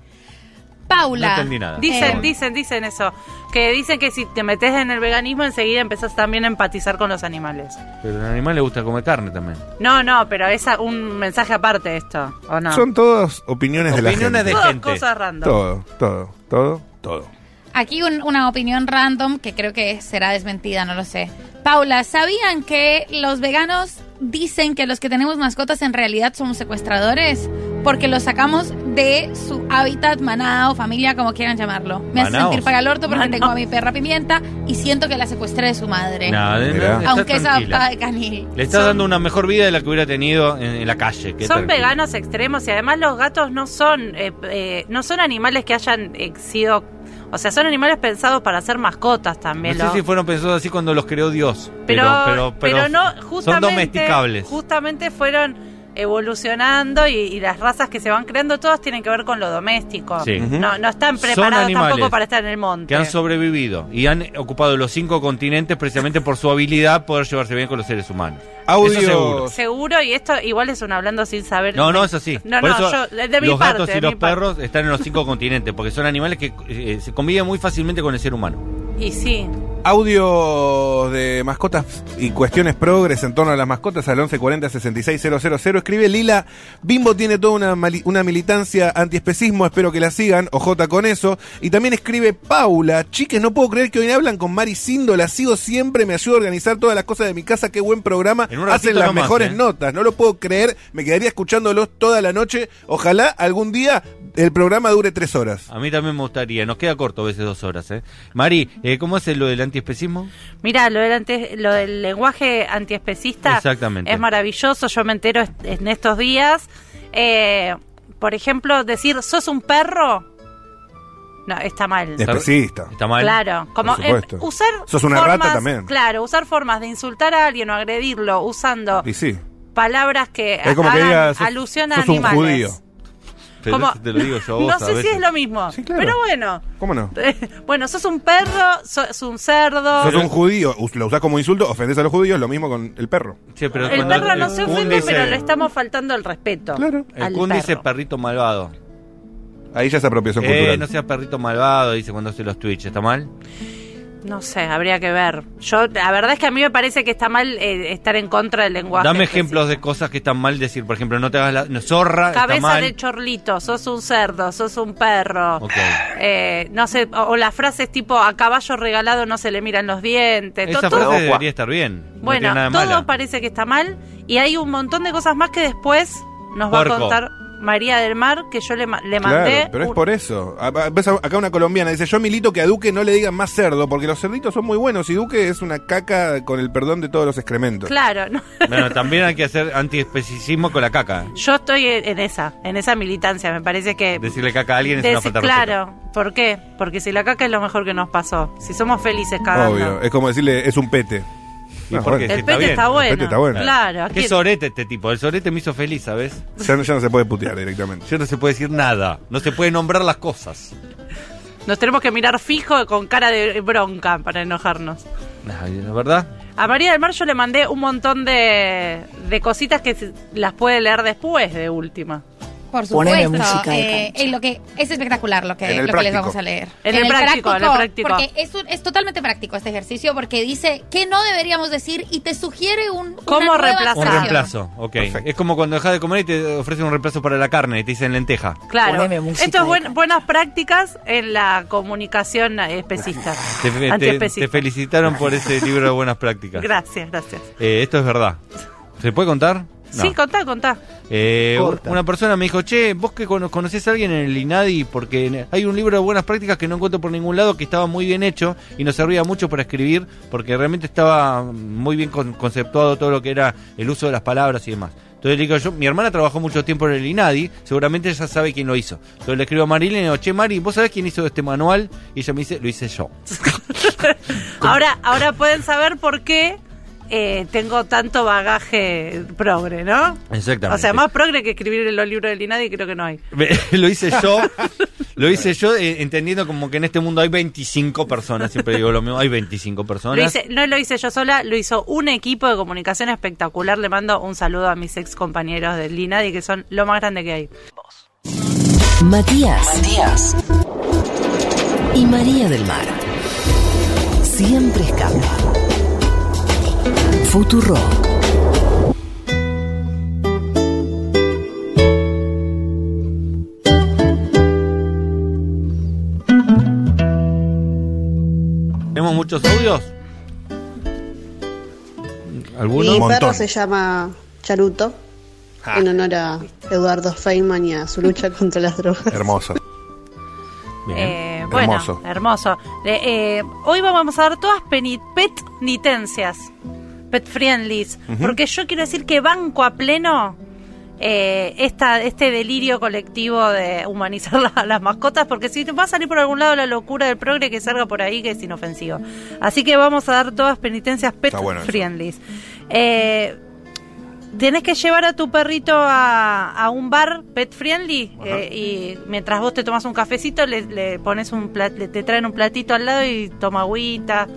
Speaker 2: No
Speaker 5: Paula.
Speaker 2: entendí nada.
Speaker 4: Dicen,
Speaker 5: Eh.
Speaker 4: dicen, dicen eso. Que dicen que si te metes en el veganismo enseguida empezás también a empatizar con los animales.
Speaker 2: Pero al animal le gusta comer carne también.
Speaker 4: No, no, pero es a- un mensaje aparte esto, ¿o no?
Speaker 3: Son todas opiniones, de la
Speaker 2: Ah. Opiniones
Speaker 3: gente.
Speaker 2: de
Speaker 4: Todas
Speaker 2: gente.
Speaker 4: cosas random.
Speaker 3: Todo, todo, todo, todo.
Speaker 5: Aquí un- una opinión random que creo que será desmentida, no lo sé. Paula, ¿sabían que los veganos dicen que los que tenemos mascotas en realidad somos secuestradores? Porque los sacamos de su hábitat, manada o familia, como quieran llamarlo. Me hace
Speaker 2: Manaos.
Speaker 5: sentir para el orto porque
Speaker 4: Manaos.
Speaker 5: tengo a mi perra pimienta y siento que la secuestré de su madre.
Speaker 2: No, de- no,
Speaker 3: Mirá.
Speaker 2: está
Speaker 5: aunque es
Speaker 2: tranquila.
Speaker 5: adoptada de canil.
Speaker 2: Le está dando una mejor vida de la que hubiera tenido en, en la calle. qué
Speaker 4: Son
Speaker 2: tranquila.
Speaker 4: veganos extremos y además los gatos no son eh, eh, no son animales que hayan eh, sido, o sea, son animales pensados para ser mascotas
Speaker 2: No
Speaker 4: también.
Speaker 2: sé
Speaker 4: ¿no?
Speaker 2: si fueron pensados así cuando los creó Dios.
Speaker 4: pero, pero, no,
Speaker 2: son
Speaker 4: justamente,
Speaker 2: domesticables.
Speaker 4: Justamente fueron evolucionando y, y las razas que se van creando todas tienen que ver con lo doméstico.
Speaker 2: Sí.
Speaker 3: Ujú.
Speaker 4: No, no están
Speaker 2: Son
Speaker 4: preparados
Speaker 2: animales
Speaker 4: tampoco para estar en el monte.
Speaker 2: Que han sobrevivido y han ocupado los cinco continentes precisamente por su habilidad poder llevarse bien con los seres humanos. Eso seguro.
Speaker 3: Audio.
Speaker 4: Seguro, y esto igual es un hablando sin saber.
Speaker 2: No, no, es así.
Speaker 4: No,
Speaker 2: Por
Speaker 4: no,
Speaker 2: eso
Speaker 4: yo- de- de mi
Speaker 2: los
Speaker 4: parte,
Speaker 2: gatos
Speaker 4: de
Speaker 2: y los
Speaker 4: mi parte.
Speaker 2: perros están en los cinco continentes porque son animales que eh, se conviven muy fácilmente con el ser humano.
Speaker 4: Y sí.
Speaker 3: Audio de mascotas y cuestiones progres en torno a las mascotas al 1140-6600. Escribe Lila, Bimbo tiene toda una, mali- una militancia antiespecismo, espero que la sigan, ojota con eso. Y también escribe Paula, chiques, no puedo creer que hoy hablan con Mari Sindo, la sigo siempre, me ayuda a organizar todas las cosas de mi casa, qué buen programa,
Speaker 2: En un ratito
Speaker 3: hacen las
Speaker 2: nomás,
Speaker 3: mejores
Speaker 2: eh.
Speaker 3: notas, no lo puedo creer, me quedaría escuchándolos toda la noche, ojalá algún día el programa dure tres horas.
Speaker 2: A mí también me gustaría. Nos queda corto a veces dos horas. ¿eh? Mari, eh, ¿cómo es lo del antiespecismo?
Speaker 4: Mira, lo del, antes, lo del lenguaje antiespecista
Speaker 2: Exactamente.
Speaker 4: es maravilloso. Yo me entero est- en estos días. Eh, por ejemplo, decir, sos un perro. No, está mal.
Speaker 3: Especista.
Speaker 2: Está mal.
Speaker 4: Claro, como
Speaker 3: Por
Speaker 4: eh,
Speaker 3: supuesto.
Speaker 4: usar
Speaker 3: Sos una
Speaker 4: formas,
Speaker 3: rata también.
Speaker 4: Claro, usar formas de insultar a alguien o agredirlo usando
Speaker 3: Y sí.
Speaker 4: palabras que
Speaker 3: Es como que
Speaker 4: hagan
Speaker 3: digas. sos-
Speaker 4: alusión a
Speaker 3: sos un
Speaker 4: animales.
Speaker 3: judío.
Speaker 2: Te,
Speaker 4: Como-
Speaker 2: te lo digo yo a vos
Speaker 4: no sé
Speaker 2: a
Speaker 4: si
Speaker 2: veces.
Speaker 4: es lo mismo,
Speaker 3: Sí, claro.
Speaker 4: pero bueno.
Speaker 3: ¿Cómo no?
Speaker 4: bueno, sos un perro, sos un cerdo.
Speaker 3: Sos un judío, us- lo usás como insulto, ofendés a los judíos, lo mismo con el perro.
Speaker 2: Che, pero
Speaker 4: el
Speaker 2: cuando
Speaker 4: perro no se
Speaker 2: Kun
Speaker 4: ofende,
Speaker 2: dice-
Speaker 4: pero le estamos faltando el respeto.
Speaker 3: Claro.
Speaker 2: El
Speaker 4: al
Speaker 2: Kun dice
Speaker 4: perro.
Speaker 2: perrito malvado.
Speaker 3: Ahí ya es apropiación
Speaker 2: Eh,
Speaker 3: cultural.
Speaker 2: no seas perrito malvado, dice cuando hace los Twitch. ¿Está mal?
Speaker 4: No sé, habría que ver. Yo, la verdad es que a mí me parece que está mal eh, estar en contra del lenguaje.
Speaker 2: Dame
Speaker 4: específico.
Speaker 2: ejemplos de cosas que están mal decir. Por ejemplo, no te hagas la no, zorra. está
Speaker 4: Cabeza
Speaker 2: mal.
Speaker 4: de chorlito, sos un cerdo, sos un perro.
Speaker 2: Ok.
Speaker 4: Eh, no sé, o, o las frases tipo a caballo regalado no se le miran los dientes.
Speaker 2: Esa
Speaker 4: to- todo-
Speaker 2: frase debería estar bien. no
Speaker 4: bueno,
Speaker 2: tiene nada de
Speaker 4: todo
Speaker 2: mala.
Speaker 4: parece que está mal y hay un montón de cosas más que después nos va
Speaker 2: Porco.
Speaker 4: a contar María del Mar que yo le, ma- le
Speaker 3: Claro,
Speaker 4: mandé.
Speaker 3: pero es
Speaker 4: un-
Speaker 3: por eso. A- a- ves a- Acá una colombiana dice, yo milito que a Duque no le digan más cerdo, porque los cerditos son muy buenos y Duque es una caca con el perdón de todos los excrementos.
Speaker 4: Claro, no.
Speaker 2: Bueno, también hay que hacer antiespecismo con la caca.
Speaker 4: yo estoy e-, en en esa, en esa militancia, me parece que...
Speaker 2: Decirle caca a alguien es una
Speaker 4: Decir-
Speaker 2: falta de respeto.
Speaker 4: claro, ¿por qué? Porque si la caca es lo mejor que nos pasó, si somos felices cada
Speaker 3: Obvio, es como decirle, es un pete.
Speaker 2: ¿Y
Speaker 3: No,
Speaker 2: por qué?
Speaker 3: bueno,
Speaker 4: El
Speaker 2: Está
Speaker 4: pete
Speaker 2: bien,
Speaker 4: está
Speaker 2: el
Speaker 4: bueno.
Speaker 3: pete está bueno.
Speaker 4: Claro, aquí-
Speaker 2: Qué sorete este tipo. El sorete me hizo feliz, ¿sabes?
Speaker 3: ya, no- ya no se puede putear directamente.
Speaker 2: Ya no se puede decir nada. No se puede nombrar las cosas.
Speaker 4: nos tenemos que mirar fijo con cara de bronca para enojarnos.
Speaker 2: Ay, ¿La verdad?
Speaker 4: A María del Mar yo le mandé un montón de, de cositas que se- las puede leer después de última.
Speaker 5: Por
Speaker 1: Ponele
Speaker 5: supuesto.
Speaker 1: música de
Speaker 5: eh,
Speaker 1: cancha.
Speaker 5: es, lo que, es espectacular lo, que,
Speaker 3: En el
Speaker 5: lo que les
Speaker 3: práctico.
Speaker 5: vamos a leer.
Speaker 4: En el práctico, en el práctico.
Speaker 5: Porque es, un- es totalmente práctico este ejercicio porque dice que no deberíamos decir y te sugiere un. una
Speaker 4: ¿Cómo
Speaker 5: nueva
Speaker 4: reemplazar?
Speaker 2: Un
Speaker 5: sección.
Speaker 2: reemplazo, ok.
Speaker 3: Perfecto.
Speaker 2: Es como cuando dejas de comer y te ofrecen un reemplazo para la carne y te dicen lenteja.
Speaker 4: Claro,
Speaker 1: Poneme música
Speaker 4: esto es
Speaker 1: de
Speaker 4: buen-
Speaker 1: cancha.
Speaker 4: buenas prácticas en la comunicación eh, especista.
Speaker 2: Te, fe- te-
Speaker 4: antiespecista.
Speaker 2: te felicitaron por ese libro de buenas prácticas.
Speaker 4: Gracias, gracias.
Speaker 2: Eh, esto es verdad. ¿Se puede contar? No.
Speaker 4: Sí, contá, contá.
Speaker 2: Eh, una persona me dijo, che, vos que cono- conocés a alguien en el INADI, porque en- hay un libro de buenas prácticas que no encuentro por ningún lado, que estaba muy bien hecho y nos servía mucho para escribir, porque realmente estaba muy bien con- conceptuado todo lo que era el uso de las palabras y demás. Entonces le digo yo, mi hermana trabajó mucho tiempo en el INADI, seguramente ella sabe quién lo hizo. Entonces le escribo a Marilyn y le digo, che, Mari, ¿vos sabés quién hizo este manual? Y ella me dice, lo hice yo.
Speaker 4: Ahora, ahora pueden saber por qué eh, tengo tanto bagaje progre, ¿no?
Speaker 2: Exactamente.
Speaker 4: O sea, más progre que escribir en los libros del INADI creo que no hay.
Speaker 2: Me- lo hice yo, lo hice yo eh, entendiendo como que en este mundo hay 25 personas, siempre digo lo mismo, hay 25
Speaker 4: Lo
Speaker 2: personas.
Speaker 4: hice- no lo hice yo sola, lo hizo un equipo de comunicación espectacular. Le mando un saludo a mis ex compañeros del INADI, que son lo más grande que hay.
Speaker 1: Matías. Matías. Y María del Mar. Siempre escapa. Futuro.
Speaker 2: ¿Tenemos muchos audios?
Speaker 7: Mi
Speaker 2: ¿Algunos?
Speaker 7: perro
Speaker 3: Montón.
Speaker 7: se llama Charuto,
Speaker 3: Ja,
Speaker 7: en honor a Eduardo Feynman y a su lucha contra las drogas.
Speaker 3: hermoso.
Speaker 2: Bien.
Speaker 4: Eh, bueno,
Speaker 3: Hermoso.
Speaker 4: hermoso. Eh, eh, hoy vamos a dar todas peni- petnitencias, pet friendlies, porque yo quiero decir que banco a pleno eh, esta, este delirio colectivo de humanizar la- las mascotas, porque si va a salir por algún lado la locura del progre que salga por ahí, que es inofensivo. Así que vamos a dar todas penitencias pet
Speaker 3: Está bueno eso.
Speaker 4: friendlies. Eh, Tenés que llevar a tu perrito a, a un bar pet friendly eh, y mientras vos te tomas un cafecito le, le pones un plat- le- te traen un platito al lado y toma agüita.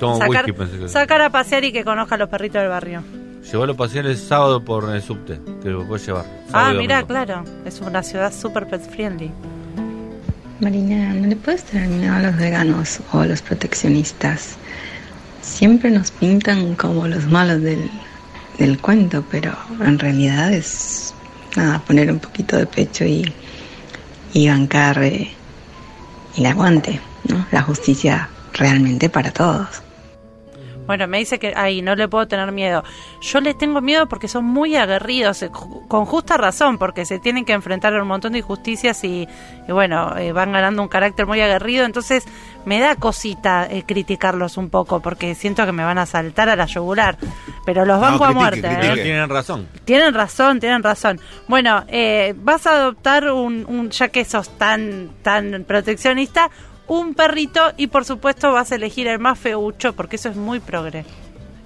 Speaker 2: Toma
Speaker 4: sacar,
Speaker 2: whisky, pensé que-
Speaker 4: sacar a pasear y que conozca a los perritos del barrio.
Speaker 2: Llévalo a pasear el sábado por el subte, que lo puedes llevar.
Speaker 4: ah,
Speaker 2: sábado y
Speaker 4: mira,
Speaker 2: domingo.
Speaker 4: claro, es una ciudad super pet friendly.
Speaker 8: Marina, no le puedes tener miedo a los veganos o a los proteccionistas. Siempre nos pintan como los malos del, del cuento, pero en realidad es nada, poner un poquito de pecho y, y bancar eh, el aguante, ¿no? La justicia realmente para todos.
Speaker 4: Bueno, me dice que ahí no le puedo tener miedo. Yo les tengo miedo porque son muy aguerridos, eh, ju- con justa razón, porque se tienen que enfrentar a un montón de injusticias y, y bueno, eh, van ganando un carácter muy aguerrido. Entonces me da cosita eh, criticarlos un poco porque siento que me van a saltar a la yugular. Pero los banco a
Speaker 3: critique,
Speaker 4: muerte.
Speaker 3: critique.
Speaker 2: Pero
Speaker 4: ¿eh?
Speaker 2: tienen razón.
Speaker 4: Tienen razón, tienen razón. Bueno, eh, vas a adoptar un, un, ya que sos tan, tan proteccionista, un perrito y por supuesto vas a elegir el más feucho, porque eso es muy progre.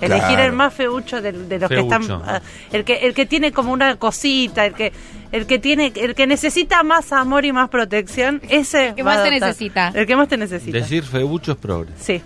Speaker 4: Elegir
Speaker 3: Claro.
Speaker 4: el más feucho de, de los que
Speaker 2: Feucho.
Speaker 4: están, ah, el que, el que tiene como una cosita, el que, el que tiene, el que necesita más amor y más protección, ese
Speaker 5: que
Speaker 4: va a
Speaker 5: más te
Speaker 4: adoptar.
Speaker 5: necesita.
Speaker 4: el que más te necesita,
Speaker 2: Decir feucho es progres.
Speaker 4: sí.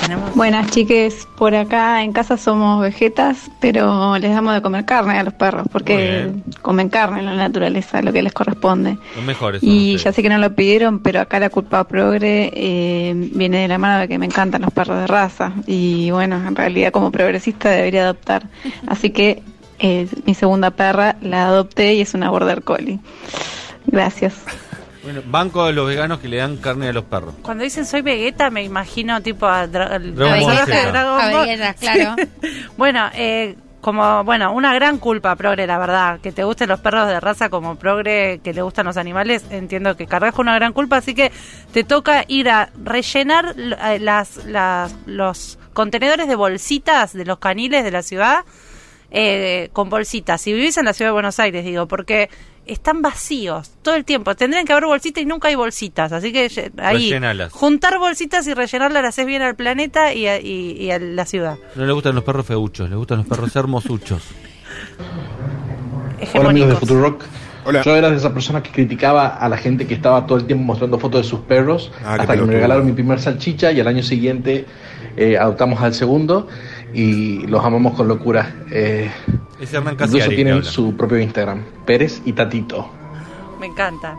Speaker 4: Tenemos
Speaker 9: Buenas chiques, por acá en casa somos vegetas, pero les damos de comer carne a los perros porque
Speaker 2: Muy
Speaker 9: comen carne en la naturaleza, lo que les corresponde.
Speaker 2: Los mejores. son
Speaker 9: Y
Speaker 2: ustedes.
Speaker 9: ya sé que no lo pidieron, pero acá la culpa progre eh, viene de la mano de que me encantan los perros de raza. Y bueno, en realidad como progresista debería adoptar. Así que eh, mi segunda perra la adopté y es una border collie. Gracias.
Speaker 2: Bueno, banco de los veganos que le dan carne a los perros.
Speaker 4: Cuando dicen soy Vegeta, me imagino tipo a dra- el
Speaker 2: Dragon Ball
Speaker 4: personaje
Speaker 2: Z.
Speaker 4: de Dragon Ball.
Speaker 5: Avellanas, claro.
Speaker 4: Bueno, eh, como, bueno, una gran culpa, Progre, la verdad. Que te gusten los perros de raza como Progre, que le gustan los animales, entiendo que cargas con una gran culpa, así que te toca ir a rellenar l- eh, las, las, los contenedores de bolsitas de los caniles de la ciudad eh, con bolsitas. Si vivís en la ciudad de Buenos Aires, digo, porque están vacíos todo el tiempo. Tendrían que haber bolsitas y nunca hay bolsitas. Así que ye- ahí,
Speaker 2: Rellenalas.
Speaker 4: juntar bolsitas y rellenarlas las haces bien al planeta y a, y- y a la ciudad.
Speaker 2: No le gustan los perros feuchos, le gustan los perros hermosuchos.
Speaker 10: Hola amigos de
Speaker 4: Hegemónicos.
Speaker 10: Futurock.
Speaker 3: Hola.
Speaker 10: Yo era de esa persona que criticaba a la gente que estaba todo el tiempo mostrando fotos de sus perros
Speaker 3: Ah, qué
Speaker 10: hasta que
Speaker 3: pelotudo.
Speaker 10: me regalaron mi primer salchicha y al año siguiente eh, adoptamos al segundo y los amamos con locura. Eh,
Speaker 2: Es Hernán
Speaker 10: incluso
Speaker 2: Casiari. que
Speaker 10: tienen
Speaker 2: habla.
Speaker 10: su propio Instagram, Pérez y Tatito.
Speaker 4: Me encanta.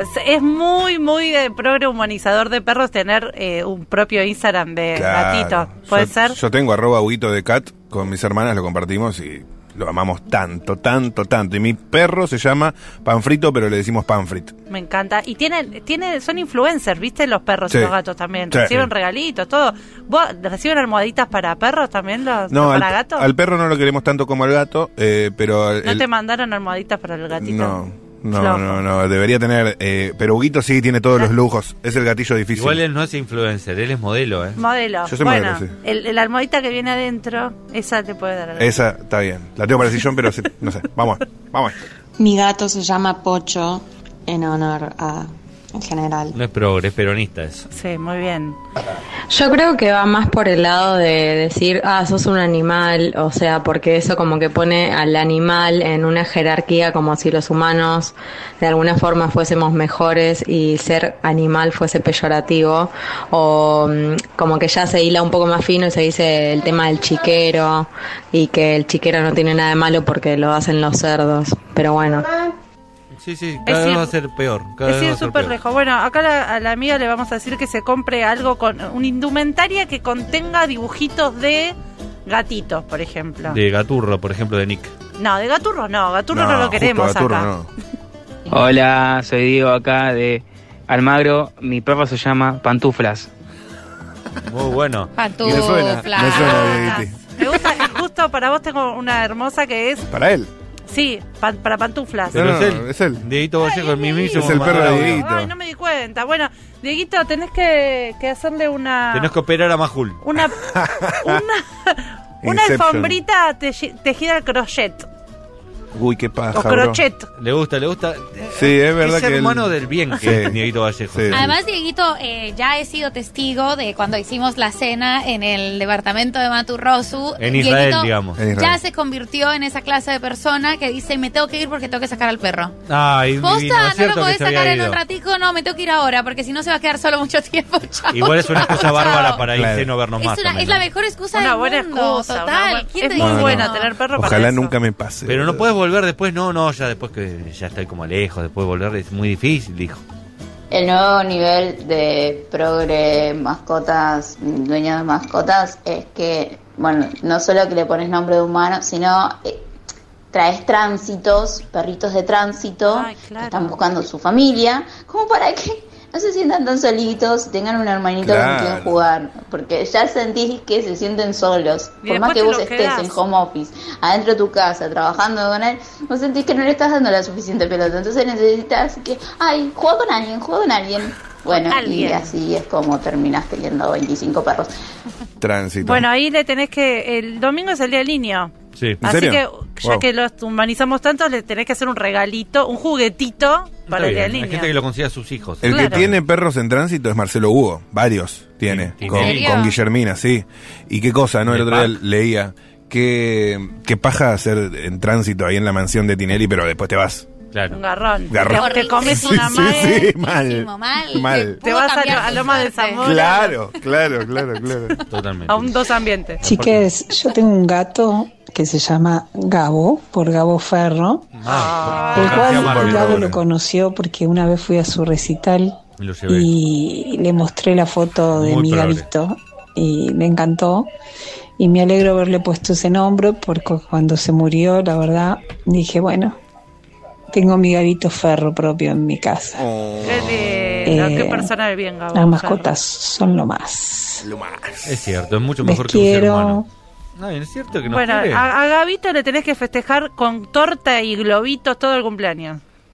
Speaker 4: Es- Es muy, muy de progre humanizador de perros tener eh, un propio Instagram de
Speaker 3: Claro.
Speaker 4: Eh, gatito. ¿Puede
Speaker 3: Yo-
Speaker 4: ser?
Speaker 3: Yo tengo arroba huguito de cat con mis hermanas, lo compartimos y lo amamos tanto, tanto, tanto. Y mi perro se llama Panfrito, pero le decimos Panfrit.
Speaker 4: Me encanta. Y tienen, tienen, son influencers, ¿viste? Los perros
Speaker 3: Sí.
Speaker 4: y los gatos también.
Speaker 3: Sí.
Speaker 4: Reciben
Speaker 3: Sí.
Speaker 4: regalitos, todo. ¿Vos reciben almohaditas para perros también los
Speaker 3: No, al,
Speaker 4: para gatos?
Speaker 3: al perro no lo queremos tanto como al gato, eh, pero... al-
Speaker 4: ¿No
Speaker 3: el-
Speaker 4: te mandaron almohaditas para el gatito?
Speaker 3: No, no,
Speaker 4: Flojo. ¿Eh?
Speaker 3: no, no, debería tener... eh, pero Huguito sí tiene todos los lujos, es el gatillo difícil.
Speaker 2: Igual él no es influencer, él es modelo, ¿eh?
Speaker 4: Modelo.
Speaker 3: Yo soy
Speaker 4: bueno,
Speaker 3: modelo, sí.
Speaker 4: el, el almohadita que viene adentro, esa te puede dar. algo.
Speaker 3: Esa está bien. La tengo para el sillón, pero sí, no sé. Vamos, vamos.
Speaker 7: Mi gato se llama Pocho en honor a en general.
Speaker 2: No es progre, es peronista eso.
Speaker 4: Sí, muy bien.
Speaker 8: Yo creo que va más por el lado de decir, ah, sos un animal, o sea, porque eso como que pone al animal en una jerarquía como si los humanos de alguna forma fuésemos mejores y ser animal fuese peyorativo, o mm, como que ya se hila un poco más fino y se dice el tema del chiquero y que el chiquero no tiene nada de malo porque lo hacen los cerdos, pero bueno.
Speaker 2: Sí, sí, cada
Speaker 4: Es
Speaker 2: vez
Speaker 4: ir-
Speaker 2: va a ser peor. Cada
Speaker 4: es
Speaker 2: vez
Speaker 4: ir
Speaker 2: va a ser
Speaker 4: súper
Speaker 2: peor.
Speaker 4: lejos. Bueno, acá la- a la amiga le vamos a decir que se compre algo con una indumentaria que contenga dibujitos de gatitos, por ejemplo.
Speaker 2: De Gaturro, por ejemplo, de Nick.
Speaker 4: No, de gaturros no, gaturros no,
Speaker 3: No,
Speaker 4: lo queremos
Speaker 3: justo Gaturro,
Speaker 4: acá.
Speaker 3: no.
Speaker 11: Hola, soy Diego acá de Almagro. Mi perro se llama Pantuflas.
Speaker 2: Muy bueno.
Speaker 3: Me suena,
Speaker 5: Pantufla.
Speaker 3: me suena,
Speaker 4: Ah,
Speaker 3: Dieguiti.
Speaker 4: Me gusta, y justo para vos tengo una hermosa que es,
Speaker 3: Para él.
Speaker 4: sí, pan- para pantuflas.
Speaker 3: No,
Speaker 2: Pero
Speaker 3: no,
Speaker 2: es él.
Speaker 3: es él.
Speaker 2: Dieguito Vallejo, el mismísimo.
Speaker 3: Es el perro de
Speaker 2: Mataragua.
Speaker 3: Dieguito.
Speaker 4: Ay, no me di cuenta. Bueno, Dieguito, tenés que, que hacerle una...
Speaker 2: Tenés que operar a Majul.
Speaker 4: una una, una
Speaker 3: Inception.
Speaker 4: alfombrita teji- tejida al crochet
Speaker 3: Uy, qué paja.
Speaker 4: o
Speaker 3: bro.
Speaker 4: crochet.
Speaker 2: Le gusta, le gusta.
Speaker 3: Sí, es verdad
Speaker 2: ser
Speaker 3: que él-
Speaker 2: humano del bien que
Speaker 3: Sí.
Speaker 2: es Dieguito Vallejo.
Speaker 3: Sí.
Speaker 5: Además, Dieguito, eh, ya he sido testigo de cuando hicimos la cena en el departamento de Maturrosu.
Speaker 2: En
Speaker 5: Dieguito
Speaker 2: Israel, digamos.
Speaker 3: En Israel.
Speaker 5: Ya se convirtió en esa clase de persona que dice, me tengo que ir porque tengo que sacar al perro.
Speaker 2: Ay, divino,
Speaker 5: Posta,
Speaker 2: es
Speaker 5: no lo
Speaker 2: cierto que
Speaker 5: podés
Speaker 2: se había
Speaker 5: sacar en un
Speaker 2: ido.
Speaker 5: ratico, no, me tengo que ir ahora, porque si no se va a quedar solo mucho tiempo. Chao,
Speaker 2: Igual es una
Speaker 5: chao,
Speaker 2: excusa bárbara
Speaker 5: chao.
Speaker 2: para irse y
Speaker 3: Claro.
Speaker 2: no vernos
Speaker 5: Es,
Speaker 2: más.
Speaker 5: una- es
Speaker 2: también,
Speaker 5: la
Speaker 2: ¿no?
Speaker 5: mejor excusa
Speaker 4: Una
Speaker 5: del
Speaker 4: buena
Speaker 5: mundo,
Speaker 4: excusa, una
Speaker 5: total.
Speaker 4: buena-
Speaker 5: ¿Quién
Speaker 4: es
Speaker 5: te
Speaker 4: muy
Speaker 5: dice
Speaker 4: buena
Speaker 5: no?
Speaker 4: tener perro para
Speaker 3: Ojalá
Speaker 4: eso.
Speaker 3: nunca me pase.
Speaker 2: Pero no
Speaker 3: boludo.
Speaker 2: puedes volver después, no, no, ya después que ya estoy como lejos, después volver es muy difícil, dijo.
Speaker 12: El nuevo nivel de progre mascotas, dueños de mascotas, es que, bueno, no solo que le pones nombre de humano, sino eh, traes tránsitos, perritos de tránsito,
Speaker 4: Ay, claro.
Speaker 12: que están buscando su familia, como para que no se sientan tan solitos, tengan un hermanito
Speaker 3: Claro.
Speaker 12: con quien jugar, porque ya sentís que se sienten solos,
Speaker 4: Y
Speaker 12: por
Speaker 4: después
Speaker 12: más que
Speaker 4: te
Speaker 12: vos
Speaker 4: los
Speaker 12: estés
Speaker 4: quedás.
Speaker 12: en home office, adentro de tu casa, trabajando con él, vos sentís que no le estás dando la suficiente pelota, entonces necesitas que, ay, juega con alguien, juega con alguien. Bueno, y
Speaker 4: Alguien.
Speaker 12: así es como terminas teniendo 25 perros.
Speaker 3: Tránsito.
Speaker 4: Bueno, ahí le tenés que. El domingo es el día del niño.
Speaker 3: Sí.
Speaker 5: Ah,
Speaker 3: ¿En
Speaker 4: Así
Speaker 3: serio?
Speaker 4: que, ya
Speaker 3: Wow.
Speaker 4: que los humanizamos tanto, le tenés que hacer un regalito, un juguetito para el día del
Speaker 2: Hay
Speaker 4: niño.
Speaker 2: gente que lo consigue a sus hijos.
Speaker 3: El
Speaker 4: Claro.
Speaker 3: que tiene perros en tránsito es Marcelo Hugo, varios tiene,
Speaker 2: Sí,
Speaker 3: con,
Speaker 2: ¿En serio?
Speaker 3: con Guillermina, sí. Y qué cosa, ¿no? El
Speaker 2: El
Speaker 3: otro día
Speaker 2: pack.
Speaker 3: leía que, que paja hacer en tránsito ahí en la mansión de Tinelli, pero después te vas.
Speaker 4: Un garrón.
Speaker 3: Garrón.
Speaker 4: Te, te comes
Speaker 3: Sí,
Speaker 4: una
Speaker 3: sí,
Speaker 4: madre,
Speaker 3: sí, mal.
Speaker 5: mal.
Speaker 3: Mal.
Speaker 4: te vas a, lo- a Loma de Zamora,
Speaker 3: Claro, claro, claro, claro.
Speaker 2: Totalmente.
Speaker 4: a un dos ambientes.
Speaker 8: Chiques, yo tengo un gato que se llama Gabo, por Gabo Ferro,
Speaker 2: Ah,
Speaker 4: Ah.
Speaker 8: el cual Gabo lo conoció porque una vez fui a su recital
Speaker 2: Lo llevé.
Speaker 8: y le mostré la foto de
Speaker 2: Muy
Speaker 8: mi
Speaker 2: probable.
Speaker 8: gabito y le encantó y me alegro haberle puesto ese nombre porque cuando se murió, la verdad, dije, bueno, tengo mi gabito Ferro propio en mi casa.
Speaker 4: Oh. Qué lindo,
Speaker 8: Eh,
Speaker 4: qué persona de bien, Gabo.
Speaker 8: Las mascotas son lo más.
Speaker 3: Lo más.
Speaker 2: Es cierto, es mucho
Speaker 8: Les
Speaker 2: mejor que un ser humano.
Speaker 8: quiero.
Speaker 2: No, es cierto que no
Speaker 4: Bueno,
Speaker 2: quiere.
Speaker 4: a, a Gabito le tenés que festejar con torta y globitos todo el cumpleaños.